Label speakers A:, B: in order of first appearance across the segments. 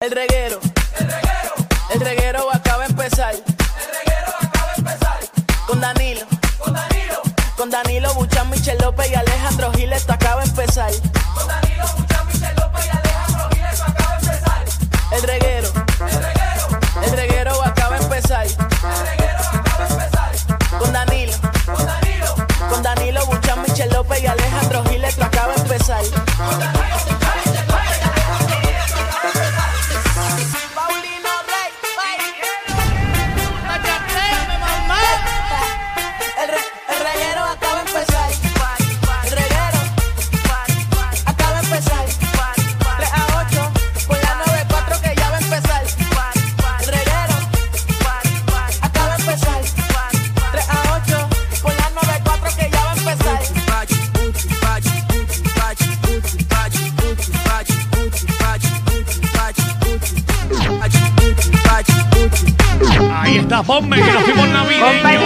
A: El reguero. El reguero acaba de empezar. Con Danilo. Con Danilo Buchan, Michel López y Alejandro Gil, esto acaba de empezar. El reguero. El reguero acaba de empezar. Con Danilo. Con Danilo Buchan, Michel López y Alejandro Gil, esto acaba de empezar. Paulino Rey, El, re- el reguero acaba de empezar. El reguero acaba de empezar. 3 a 8 por la 94 que ya va a empezar. El reguero acaba de empezar. 3 a 8 por la 94 que ya va a empezar.
B: Ahí está, ponme que nos fuimos navideños.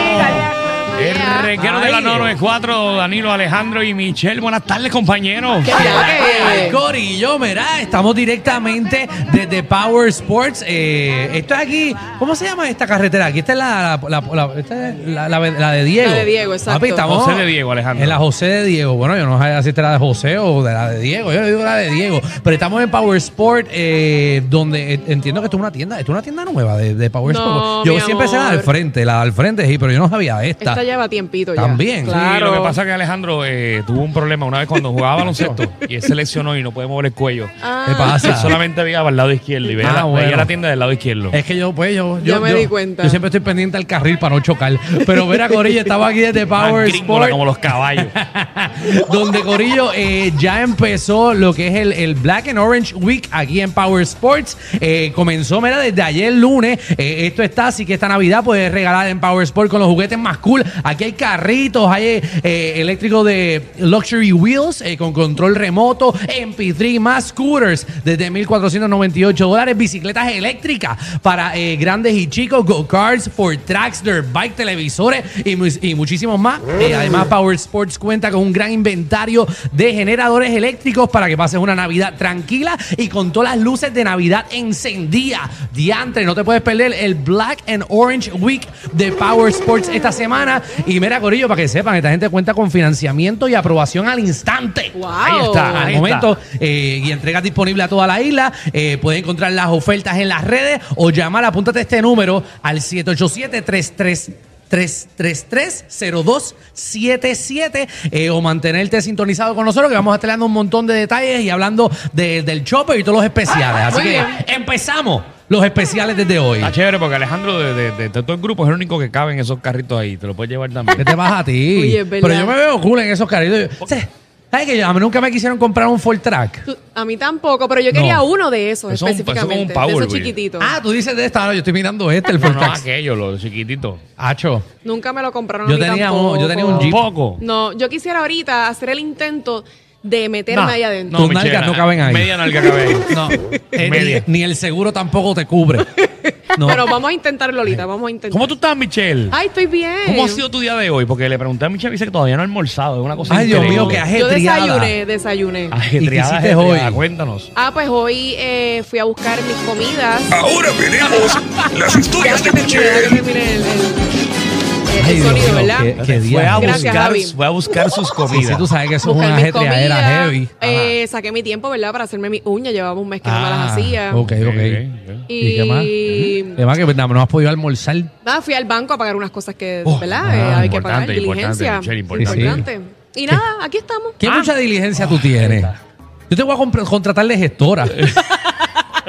B: El reguero de la
C: Ay.
B: 994, Danilo, Alejandro y Michelle. Buenas tardes, compañeros.
C: Ay,
D: Ay, Corillo, mira, estamos directamente desde Power Sports. Eh, esto es aquí, ¿cómo se llama esta carretera? Aquí esta es la, la, la- la- esta es la- la- la de Diego.
C: La de Diego, exacto.
D: Papi, estamos
B: José de Diego, Alejandro.
D: En la José de Diego. Bueno, yo no sé si esta es la de José o de la de Diego. Yo le digo la de Diego. Pero estamos en Power Sport, eh, donde eh, entiendo que esto es una tienda, esto es una tienda nueva de, de Power
C: No,
D: Sport. Yo
C: mi
D: siempre sé la del
C: amor.
D: frente, la del frente, sí, pero yo no sabía esta.
C: Esta lleva tiempito ya.
D: También.
B: Sí, lo que
C: Claro.
B: pasa es que Alejandro eh, tuvo un problema una vez cuando jugaba baloncesto y él se lesionó y no podía mover el cuello.
D: ¿Qué
C: Ah,
B: Él
D: pasa?
B: solamente veía para el lado izquierdo y veía,
D: Ah,
B: la, veía
D: bueno.
B: la tienda del lado izquierdo.
D: Es que yo, pues, yo,
C: Ya
D: yo-
C: me
D: yo-
C: di cuenta.
D: Yo siempre estoy pendiente al carril para no chocar. Pero Vera Corillo estaba aquí desde
B: Una
D: Power
B: gringola
D: Sport,
B: como los caballos.
D: donde Corillo eh, ya empezó lo que es el, el Black and Orange Week aquí en Power Sports. Eh, comenzó, mira, desde ayer lunes. Eh, esto está, así que esta Navidad puedes regalar en Power Sport con los juguetes más cool. Aquí hay carritos, hay eh, eléctrico de Luxury Wheels eh, con control remoto, MP3 más scooters desde 1,498 dólares, bicicletas eléctricas para eh, grandes y chicos, go-karts, for tracks, dirt bike, televisores y, mu- y muchísimos más. Eh, además, Power Sports cuenta con un gran inventario de generadores eléctricos para que pases una Navidad tranquila y con todas las luces de Navidad encendidas. Diantre, no te puedes perder el Black and Orange Week de Power Sports esta semana. Y mira, Corillo, para que sepan, esta gente cuenta con financiamiento y aprobación al instante.
C: Wow.
D: Ahí está,
B: Ahí
D: al
B: está.
D: momento eh, y entregas disponible a toda la isla. Eh, pueden encontrar las ofertas en las redes o llamar, apúntate este número al 787-333-0277 eh, o mantenerte sintonizado con nosotros que vamos a estar dando un montón de detalles y hablando de- del chopper y todos los especiales. Así
C: muy
D: que
C: bien.
D: empezamos los especiales desde hoy.
B: Está chévere porque Alejandro de, de- de- de todo el grupo es el único que cabe en esos carritos ahí. Te lo puedes llevar
D: ¿Qué
B: también.
D: te pasa a ti?
C: Oye, es verdad.
D: Pero yo me veo cool en esos carritos. Yo- ¿Sabes que yo- a mí nunca me quisieron comprar un full track?
C: tú- a mí tampoco, pero yo quería
D: No.
C: uno de esos
B: Eso es un- eso es como un
C: específicamente.
B: Power
C: de
B: Wheel.
C: esos chiquititos.
D: Ah, tú dices de esta, ahora yo estoy mirando este, el full
B: No, no,
D: track.
B: aquello, los chiquititos.
D: Acho.
C: Nunca me lo compraron
D: Yo
C: a mí
D: tenía
C: tampoco.
D: un- yo tenía un Jeep.
B: Poco.
C: No, yo quisiera ahorita hacer el intento de meterme
D: Nah,
C: ahí adentro.
D: Tus nalgas no caben ahí.
B: Media nalga cabe ahí.
D: No, eh,
B: Media.
D: ni, ni el seguro tampoco te cubre. No.
C: Pero vamos a intentarlo ahorita, vamos a intentar.
B: ¿Cómo tú estás, Michelle?
C: Ay, estoy bien.
B: ¿Cómo ha sido tu día de hoy? Porque le pregunté a mi chavice que todavía no ha almorzado. Es una cosa
D: Ay, Dios
B: increíble.
D: mío, qué
C: Yo
D: ajetreada.
C: desayuné, desayuné.
B: Ajetreada,
D: ¿Y qué hiciste
B: ajetreada.
D: hoy?
B: Cuéntanos.
C: Ah, pues hoy eh, fui a buscar mis comidas.
E: Ahora veremos las
C: Ya
E: historias
C: que
E: de
C: termine, ya que
E: Michelle.
C: termine el, el- el
D: Ay, Dios
C: sonido,
D: mío,
C: ¿verdad?
D: qué- qué
B: Fue a,
D: día.
C: Gracias,
B: buscar,
C: Javi.
B: fue a buscar sus
D: Sí,
B: comidas.
D: sí, tú sabes que eso es
C: Buscar
D: una
C: mis
D: ajetreadera
C: comidas,
D: heavy.
C: eh, saqué mi tiempo, ¿verdad? Para hacerme mis uñas. Llevaba un mes que no me
D: Ah,
C: las hacía.
B: Ok,
D: Ok, ok.
B: ok.
C: Y,
D: ¿Y qué más? ¿Qué más que verdad? No has podido almorzar.
C: nada, fui al banco a pagar unas cosas que,
B: Oh,
C: ¿verdad?
B: ah,
C: Eh, hay que pagar
B: importante,
C: diligencia.
B: importante, Michelle,
D: importante.
C: Importante. Y nada, aquí estamos.
D: ¿Qué
C: Ah,
D: mucha diligencia tú tienes? Yo te voy a compr- contratar de gestora.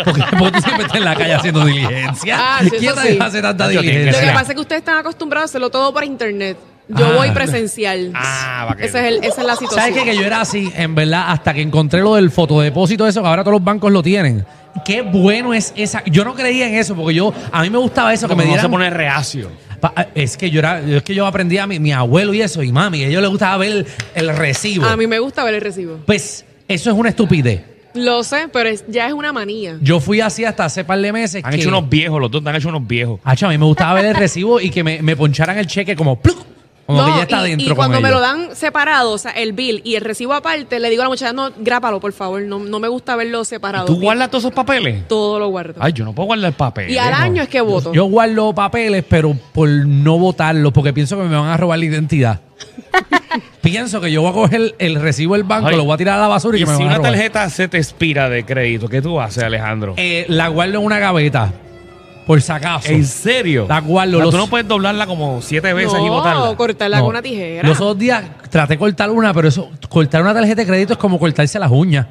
D: porque, porque tú siempre estás en la calle haciendo diligencia.
C: Ah, sí, eso
D: ¿Quién
C: sí.
D: hace tanta
B: Yo tengo que
C: Lo que
B: sea.
D: diligencia?
C: pasa es que ustedes están acostumbrados a hacerlo todo por internet. Yo
D: Ah.
C: voy presencial.
B: Ah, vaquero.
C: Ese es el- esa es la situación.
D: ¿Sabes qué? Que yo era así, en verdad, hasta que encontré lo del fotodepósito, eso, que ahora todos los bancos lo tienen. Qué bueno es esa. Yo no creía en eso, porque yo, a mí me gustaba eso, que me
B: No se
D: dieran.
B: pone reacio.
D: pa- ah, es que yo era, es que yo aprendí a mi, mi abuelo y eso, y mami, y a ellos les gustaba ver el, el recibo.
C: A mí me gusta ver el recibo.
D: Pues eso es una estupidez.
C: Lo sé, pero es- ya es una manía.
D: Yo fui así hasta hace par de meses.
B: Han
D: que-
B: hecho unos viejos, los dos han hecho unos viejos.
D: Hacho, a mí me gustaba ver el recibo y que me, me poncharan el cheque como ¡pluc! Como que
C: No,
D: ya está
C: y,
D: dentro
C: y cuando
D: con
C: me lo
D: ellos.
C: dan separado, o sea, el bill y el recibo aparte, le digo a la muchacha, no, grápalo, por favor, no, no me gusta verlo separado.
B: ¿Tú guardas todos esos papeles?
C: Todo lo guardo.
B: Ay, yo no puedo guardar papel. ¿eh?
C: y al año es que voto.
D: Yo guardo papeles, pero por no votarlos, porque pienso que me van a robar la identidad. pienso que yo voy a coger el recibo del banco,
B: Ay.
D: lo voy a tirar a la basura y,
B: Y
D: que me
B: si
D: van a
B: una
D: robar.
B: tarjeta se te expira de crédito, ¿qué tú haces, Alejandro?
D: Eh, la guardo en una gaveta, por si acaso.
B: ¿En serio?
D: La guardo,
B: O sea,
D: los-
B: Tú no puedes doblarla como siete veces y
C: no,
B: botarla.
C: cortarla
D: No.
C: con una tijera.
D: Los otros días traté de cortar una, pero eso, cortar una tarjeta de crédito es como cortarse las uñas.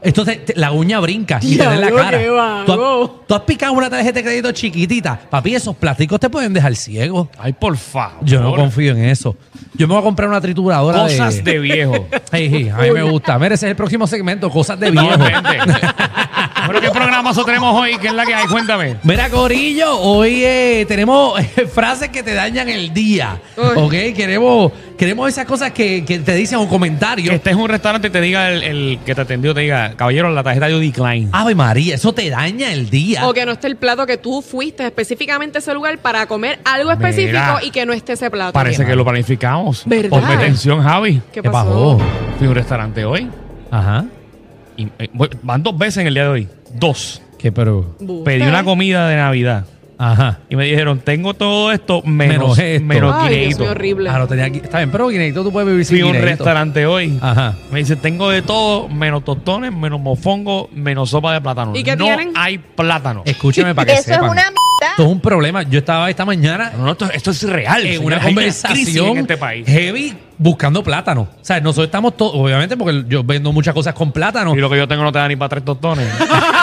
D: Entonces, te- la uña brinca y te da en la
C: Diablo,
D: cara.
C: qué
D: ¿Tú has,
C: vago.
D: tú has picado una tarjeta de crédito chiquitita. Papi, esos plásticos te pueden dejar ciego.
B: Ay, por favor.
D: Yo no confío en eso. Yo me voy a comprar una trituradora
B: Cosas de viejo.
D: Ey, ey, a mí me gusta. Mira, ese es el próximo segmento, cosas de viejo.
B: No, depende. Bueno, ¿qué programazo tenemos hoy? ¿Qué es la que hay? Cuéntame.
D: Mira, Corillo, hoy eh, tenemos eh, frases que te dañan el día.
C: Uy.
D: ¿Ok? Queremos, queremos esas cosas que, que te dicen o
B: Que
D: comentarios.
B: estés en un restaurante y te diga el, el que te atendió, te diga, caballero, la tarjeta yo decline.
C: Ah,
D: Ave María, eso te daña el día.
C: O que no esté el plato que tú fuiste específicamente a ese lugar para comer algo específico
B: Mira.
C: y que no esté ese plato.
B: Parece que lo planificamos.
C: ¿Verdad?
B: Ponme atención, Javi.
C: ¿Qué pasó?
B: Fui a un restaurante hoy.
D: Ajá.
B: y, eh, voy- van dos veces en el día de hoy. Dos.
D: ¿Qué pero?
C: Buste.
B: Pedí una comida de Navidad.
D: Ajá.
B: Y me dijeron, tengo todo esto menos,
D: Menos esto.
B: menos
C: Ay, Dios
B: guineíto".
C: mío, horrible.
D: Ah, lo tenía aquí. Está bien, pero Guineito tú puedes vivir sin
B: Fui a un
D: guineíto.
B: restaurante hoy.
D: Ajá.
B: Me dice, tengo de todo, menos tostones, menos mofongo, menos sopa de plátano.
C: ¿Y qué
B: no
C: tienen?
B: hay plátano.
D: Escúchame para que
F: Eso es
D: sepan.
F: una
D: Esto
F: mierda.
D: es un problema. Yo estaba esta mañana
B: No, no, esto, esto es real.
D: en
B: señores.
D: una
B: Hay crisis
D: conversación
B: en este país.
D: heavy buscando plátano. O sea, nosotros estamos todos, obviamente, porque yo vendo muchas cosas con plátano.
B: Y lo que yo tengo no te da ni para tres tostones.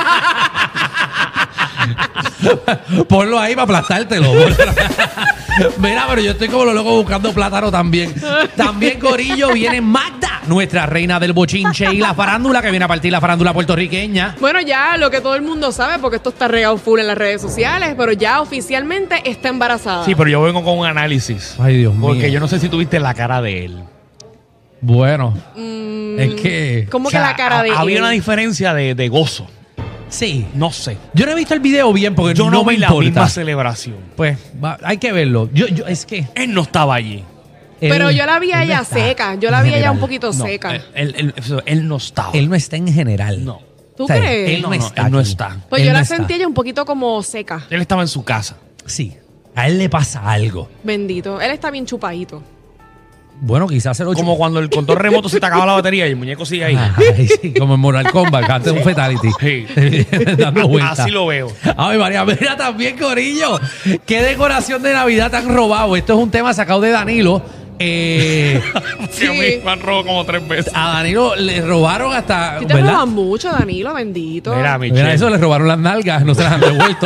D: Ponlo ahí para aplastártelo. Mira, pero yo estoy como lo loco buscando plátano también. También, Corillo, viene Magda, nuestra reina del bochinche y la farándula, que viene a partir la farándula puertorriqueña.
C: Bueno, ya lo que todo el mundo sabe, porque esto está regado full en las redes sociales, pero ya oficialmente está embarazada.
B: sí, pero yo vengo con un análisis.
D: Ay, Dios mío.
B: Porque yo no sé si tuviste la cara de él.
D: Bueno, es que.
C: Mm, ¿Cómo
B: O sea,
C: que la cara de
B: ha- Había
C: él?
B: una diferencia de, de gozo.
D: Sí.
B: No sé.
D: Yo no he visto el video bien porque
B: Yo no,
D: no, me
B: vi la
D: importa.
B: misma celebración.
D: Pues va- hay que verlo. Yo, yo, es que.
B: Él no estaba allí.
C: Pero
D: él-
C: yo la vi
D: él
C: a
D: no
C: ella
D: está
C: seca, yo la
D: en
C: vi a ella
D: general. eh,
C: un poquito seca.
B: Él, eh, él- él- él no estaba.
D: Él no está en general.
B: No.
C: ¿Tú crees?
D: Él no,
B: No, no,
D: está.
B: él no
D: aquí.
B: está.
C: Pues
D: Él
C: yo
D: no
C: la
D: está.
C: sentí ella un poquito como seca.
B: Él estaba en su casa.
D: Sí. A él le pasa algo.
C: Bendito. Él está bien chupadito.
D: Bueno, quizás se lo
B: Como cuando el control remoto se te acaba la batería y el muñeco sigue ahí.
D: Ah, ay, sí, como en Moral Kombat, antes de un fatality.
B: Sí.
D: Dando vueltas.
B: Así lo veo.
D: Ay, María, mira también, Corillo. Qué decoración de Navidad tan robado. Esto es un tema sacado de Danilo. Eh,
B: Sí. A mí me han robado como tres veces.
D: a Danilo le robaron hasta.
C: Si te
D: ¿verdad?
C: roban mucho, Danilo, bendito.
B: Mira, Michelle.
D: Mira, eso le robaron las nalgas, no se las han devuelto.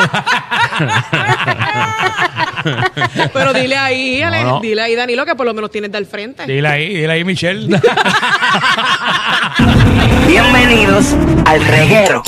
C: Pero dile ahí, Ale-
B: no.
C: dile ahí, Danilo, que por lo menos tienes de al frente.
B: Dile ahí, dile ahí, Michelle.
A: Bienvenidos al reguero.